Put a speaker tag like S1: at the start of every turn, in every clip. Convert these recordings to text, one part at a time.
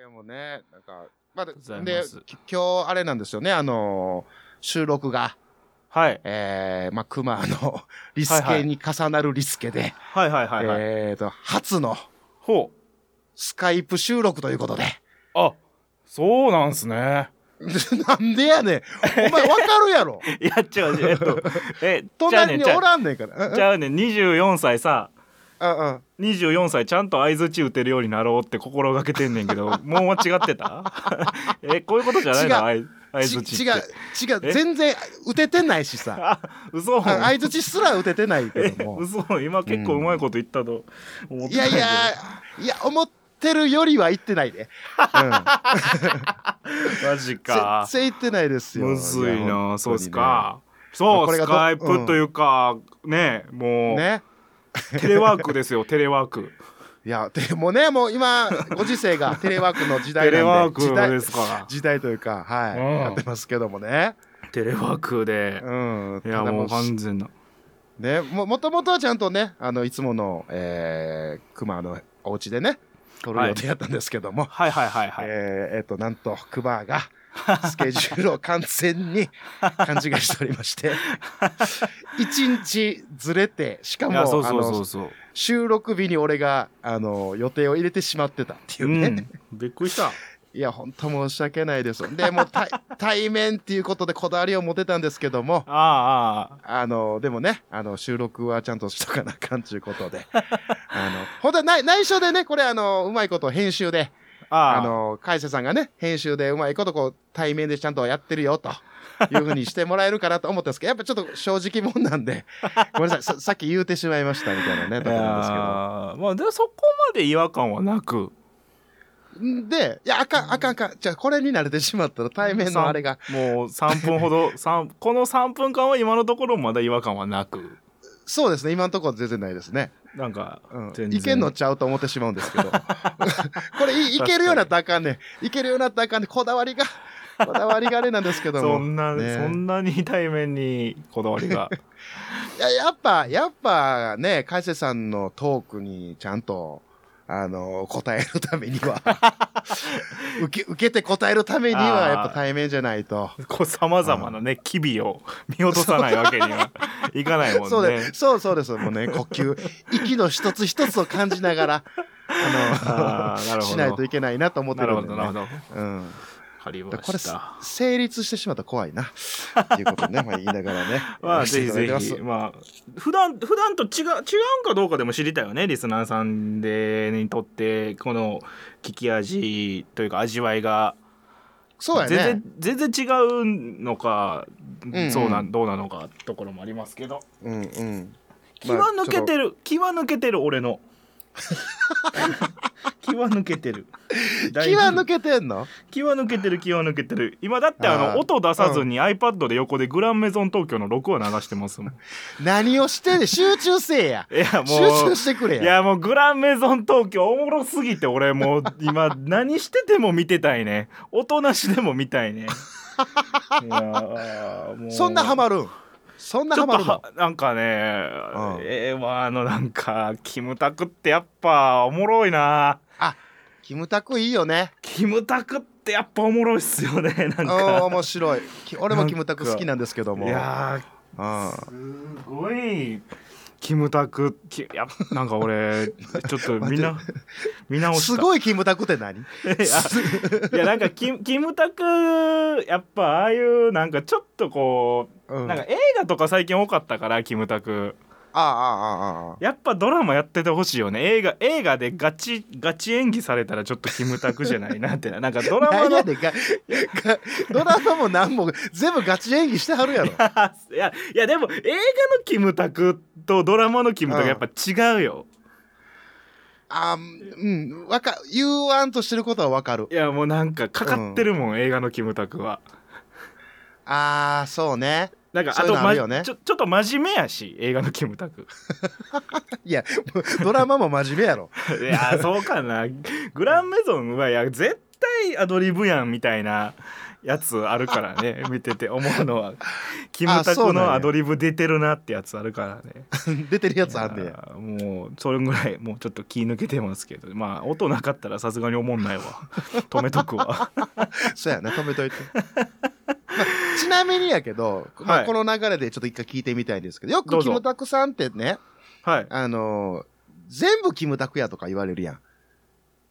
S1: でもね、なんか、まあ、で
S2: ございま
S1: ですき今日あれなんですよね、あのー収録が、
S2: はい。
S1: えー、まあ、熊の リス
S2: はいは
S1: ケ
S2: い
S1: に重なるリスケで、
S2: はいはいはいはい。
S1: えーと、初の
S2: ほう。
S1: スカイプ収録ということで。
S2: あ、そうなんすね。
S1: なんでやねん。お前わかるやろ。
S2: いや、違う違う。えっ と、え、 じゃあ
S1: 隣
S2: ね、
S1: に
S2: じゃ
S1: お
S2: あ
S1: らんねんから。
S2: じゃあね、24歳さ、
S1: うんうんうん
S2: 24歳ちゃんと相づち打てるようになろうって心がけてんねんけ ど、もう間違ってた え、こういうことじゃないの相
S1: ち
S2: づち。
S1: 違う。違う
S2: え
S1: 全然打ててない しさ
S2: あ、嘘。
S1: 相づちすら打ててないけ
S2: え
S1: ども
S2: 嘘今結構うまいこと言ったと思って
S1: いやいやいや思ってるよりは言ってないで、うん、
S2: マジ
S1: 全
S2: か
S1: 然言ってないですよ
S2: むず
S1: や本当に
S2: いな
S1: ね
S2: そうっすかそう
S1: これ
S2: ス
S1: がど
S2: カイ
S1: うん
S2: プというかねもう
S1: ね
S2: テレワークですよテレワーク
S1: いやでもねもう 今ご時世がテレワークの時代
S2: テレ
S1: な
S2: ワ
S1: ん
S2: ー
S1: で
S2: ク
S1: 時代
S2: ですか
S1: 時代というかはい、
S2: うん
S1: やってますけどもね
S2: らテレワークで
S1: うん
S2: いや
S1: ただ
S2: もう
S1: う
S2: 完全な
S1: ねももともとはちゃんとねあのいつもの、えー、熊のお家でね撮る予定やったんですけども、
S2: はいはいはいはい
S1: えーえーとなんとクマがスケジュールを完全に勘違いしておりま して1日ずれてしか
S2: い
S1: も
S2: やそうそう
S1: あ
S2: そ
S1: の
S2: うそう
S1: 収録日に俺があの予定を入れてしまってたっていう
S2: う
S1: ね、
S2: んびっくりした
S1: いや本当申し訳ないですでもう 対対面っていうことでこだわりを持てたんですけども
S2: あああ
S1: あのでもねあの収録はちゃんとしとかなあかんちゅうこと であの本当は内内緒でねこれあのうまいこと編集で
S2: ああ
S1: あ
S2: あ
S1: の、会社さんがね、編集でうまいことこう、対面でちゃんとやってる よ、というふうにしてもらえるかなと思ったんですけど、やっぱちょっと正直もんなんで、ごめんなさい、ささっき言うてしまいましたみたいなね、ところなん
S2: ああまあでそこまで違和感はなく
S1: ですけど。んで、いや、あかん、あかん、あかん。じゃあこれに慣れてしまったら対面のあれが、
S2: もう3分 ほど三この3分間は今のところまだ違和感はなく
S1: そうですね、今のところ全然ないですね。
S2: なんか、
S1: う
S2: 全
S1: ん。
S2: 然
S1: いけんのちゃうと思ってしまうんです けど。これい、いけるようになったらあかんねん。いけるようになったらあかんねん。こだわりが、こだわりがあれなんですけど
S2: そ
S1: も。
S2: んな、
S1: ね
S2: そんなに対面にこだわりが
S1: いや、やっぱ、やっぱね、カイセさんのトークにちゃんと、あの、答えるために は、受け、受けて答えるためには、
S2: あー
S1: やっぱ対面じゃないと。
S2: さまざまなね機微を見落とさないわけには いかないもんね。
S1: そうです。そうそうです。もう ね、呼吸、息の一つ一つを感じながら、あの、
S2: あーなるほど
S1: しないといけないなと思って
S2: なる
S1: る
S2: ほ
S1: んで、
S2: ど
S1: ね。
S2: なるほど。わ
S1: うん。
S2: かりま
S1: だからこれ
S2: し、た。
S1: 成立してしまったら怖いな。っていうことね、まあ言いながらね。
S2: ま
S1: や
S2: あ
S1: らせ
S2: ぜ
S1: て
S2: ひ
S1: いただいて
S2: ぜ
S1: ま
S2: ひ
S1: す
S2: まあ普段普段と違う違うんかどうかでも知りたいよねリスナーさんでにとってこの聞き味というか味わいが
S1: そうやね。
S2: 全然全然違うのか、
S1: ん
S2: そうなんどうなのかところもありますけど
S1: うんうん。
S2: 気は抜けてる、気は抜けてる 俺の気は抜け てる
S1: 気は抜
S2: 大事
S1: けてんの
S2: 気は抜けてる気は抜けてる今だってあの
S1: あー
S2: 音出さずに iPad で横でグランメゾン東京の録を流してま すもんい
S1: 何をしてんねん集中せえや。
S2: や
S1: 集
S2: もう
S1: 中してくれ
S2: いやもうグランメゾン東京おもろすぎて俺もう 今何してても見てたいね音なしでも 見たいねいやーもう
S1: そんなハマるんそんな
S2: ちょ
S1: ハ
S2: っと
S1: マるの
S2: はなんかね、
S1: うん
S2: ええまああのなんかキムタクってやっぱおもろいな
S1: あキムタクいいよね
S2: キムタクってやっぱおもろいっすよねな
S1: うんん
S2: か
S1: 面白いき俺もキムタク好きなんですけども
S2: いや
S1: うん
S2: ーすごいキムタクきいやなん か俺ちょっとみんな見直した
S1: すごいキムタクって何
S2: いやいやなんかキムキムタクやっぱああいうなんかちょっとこう、
S1: うん
S2: なんか映画とか最近多かったからキムタク
S1: ああああああ
S2: やっぱドラマやっててほしいよね映画映画でガチガチ演技されたらちょっとキムタクじゃないなっ てななんかドラマ
S1: 何
S2: の
S1: やねんががドラマも何も全部ガチ演技してはるやろ
S2: いやいやでも映画のキムタクとドラマのキムタクやっぱ違うよ、
S1: あうんわか言わんとしてることはわかる
S2: いやもうなんかかかってるもん、映画のキムタクは
S1: ああそうね
S2: なんかあ
S1: そういう
S2: と
S1: のあるよね
S2: まちょちょっと真面目やし映画のキムタ ク
S1: いやドラマも真面目やろ
S2: いやそうかなグランメゾンはいや絶対アドリブやんみたいなやつあるから ね見てて思うのはキムタ
S1: そう
S2: ク
S1: なんや
S2: のアドリブ出てるなってやつあるからね
S1: 出てるやつあんね
S2: い
S1: や
S2: やーもうそれぐらいもうちょっと気抜けてますけどまあ音なかったらさすがに思ん ないわ止めとくわ
S1: そうやな、止めといて。まあちなみにやけど、ま
S2: は
S1: あ、
S2: い
S1: この流れでちょっと一回聞いてみたいんですけど、よ
S2: ど
S1: く
S2: う
S1: キ
S2: ぞ
S1: ムタクさんってね、
S2: はい
S1: あのー全部キムタクやとか言われるやん。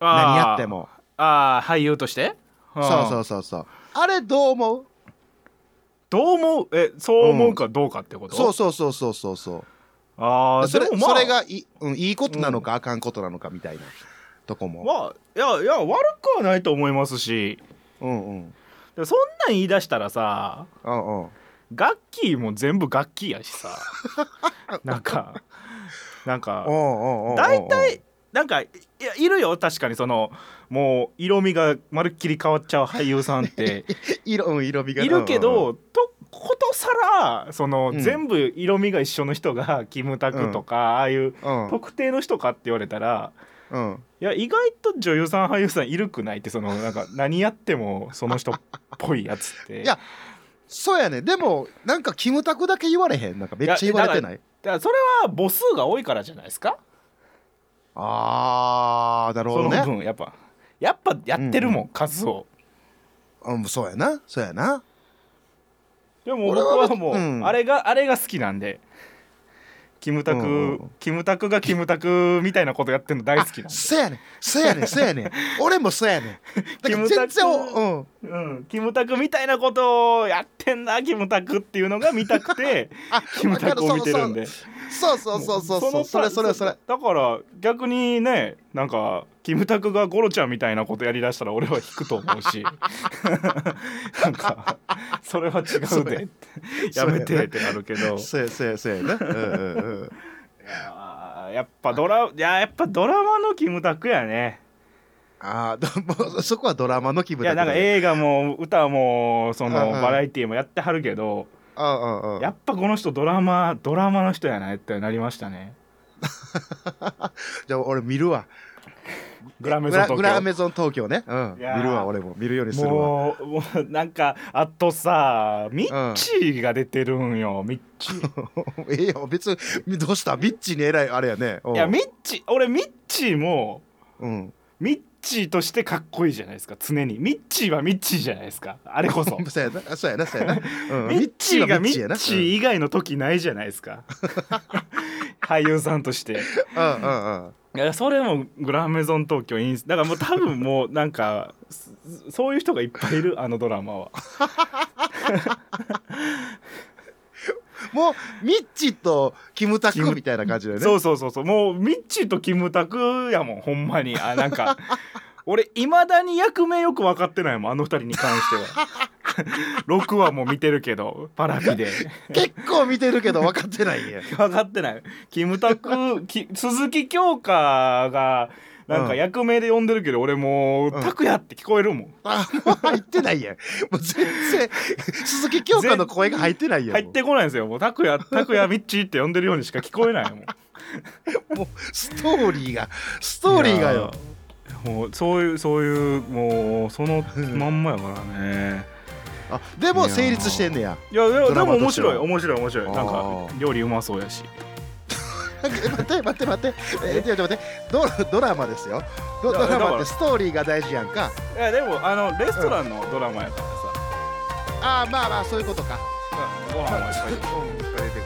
S2: あー
S1: 何やっても。
S2: ああ俳優として
S1: そう
S2: う
S1: そ
S2: ん
S1: うそうそう。あれどう思う
S2: どう思うえそう思うかどうかってこと、
S1: そうそうそうそうそうそう。
S2: ああ
S1: そ
S2: で
S1: れ,、
S2: もまあ
S1: それがい,、うん、いいことなのか、あかんことなのかみたいなとこも。
S2: まあいやいや悪くはないと思いますし
S1: うんうん。
S2: でもそんなん言い出したらさ
S1: うんうん。
S2: 楽器も全部楽器やし さなんかなんか大体なんかいやいるよ確かにそのもう色味がまるっきり変わっちゃう俳優さんって
S1: 色うん色味が
S2: いるけ
S1: うんうんう
S2: ど、
S1: ん
S2: とことさらその、
S1: うん
S2: 全部色味が一緒の人がキムタクとか、ああいう特定の人かって言われたら。
S1: うんうん
S2: いや意外と女優さん俳優さんいるくないってそのなんか何やってもその人っぽいやつっ て
S1: いやそうやねでもなんかキムタクだけ言われへんなんかめっちゃ言われてない
S2: だからそれは母数が多いからじゃないですか
S1: あーなるほ
S2: そ
S1: ど
S2: の
S1: ね
S2: 分やっぱやっぱやってるもん、数を
S1: うんそうやなそうやな
S2: でも僕
S1: 俺は
S2: はもう、
S1: うん
S2: あれがあれが好きなんでキムタク、
S1: うんうんうん
S2: キムタクがキムタクみたいなことやってるの大好きなんで、
S1: そうやねそうやねそうやね俺もそうや ねだから全
S2: キムタ
S1: 然
S2: ク
S1: うん
S2: うん、キムタクみたいなことをやってんなキムタクっていうのが見たくて
S1: あ
S2: キムタクを見てるんで
S1: そうそうそうそうそうそう
S2: も
S1: それ
S2: の
S1: それそれ
S2: だから逆にねなんかキムタクがゴロちゃんみたいなことやりだしたら俺は引くと思 うしなんかそれは違
S1: そううや
S2: で
S1: そ
S2: や
S1: うや
S2: めてってなるけど
S1: そうやそうやそうやなうんうんうん
S2: あーやっぱドラいややっぱドラマのキムタクやね
S1: あーどそこはドラマの気
S2: い
S1: 分
S2: やなんか
S1: え
S2: 映画も歌もその
S1: うんうん
S2: バラエティもやってはるけど
S1: うんうんうん
S2: やっぱこの人ドラマドラマの人やなってなりましたね
S1: じゃあ俺見るわ
S2: グラメ
S1: グ
S2: ゾン
S1: ラ
S2: 東
S1: グ
S2: 京
S1: ラメゾン東京ね、うん、
S2: い
S1: 見
S2: やー
S1: るわ俺も見るようにするわ
S2: もうもうなんかあとさミッチーが出てるんよ、ミッチ ー
S1: ええよ別にどうしたビッチに偉いあれやねうん
S2: いやミッチー俺ミッチーも
S1: うん
S2: ミッチーとしてかっこいいじゃないですか常にミッチーはミッチーじゃないですかあれこ そ
S1: そうやなそうやなそうやな、うん、
S2: ミッチーがミ
S1: や
S2: ッ
S1: な
S2: チー以外の時ないじゃないですか俳優さんとして
S1: うんうんうんうん
S2: いやそれもグラメゾン東京インスだからもう多分もうなんかそそういう人がいっぱいいるあのドラマは
S1: もうミッチーとキムタクみたいな感じだよね
S2: そうそうそうそうもうミッチーとキムタクやもんほんまにあなん か俺いまだに役名よく分かってないもんあの二人に関して は6話も見てるけどパラビで
S1: 結構見てるけど分かってないん や
S2: 分かってないキムタクき鈴木京香がなんか
S1: うん
S2: 役名で呼んでるけど、俺もう
S1: うん
S2: 拓也って聞こえるもん
S1: あもう入ってないやんもう全然鈴木京香の声が入ってないやん
S2: 入ってこないんですよもう拓也拓也ミッチーって呼んでるようにしか聞こえ ないもん
S1: もうストーリーがストーリーがよ
S2: いやーもうそういうそういうもうそのまんまやからね
S1: あでも成立してんねや
S2: いやいや
S1: ド
S2: で
S1: ラ
S2: も
S1: マと
S2: 面
S1: しては
S2: 白い面白い面白いなん
S1: あ
S2: か
S1: ー
S2: 料理うまそうやし
S1: え待って待って待ってえちょっと待ってドラドラマですよド
S2: だ
S1: ドラ
S2: だ
S1: マ
S2: か
S1: って
S2: ら
S1: ストーリーが大事やんか
S2: いやでもあのレストランのドラマやからさ、
S1: ああまあまあそういうことか
S2: ご飯もいっぱい出てくる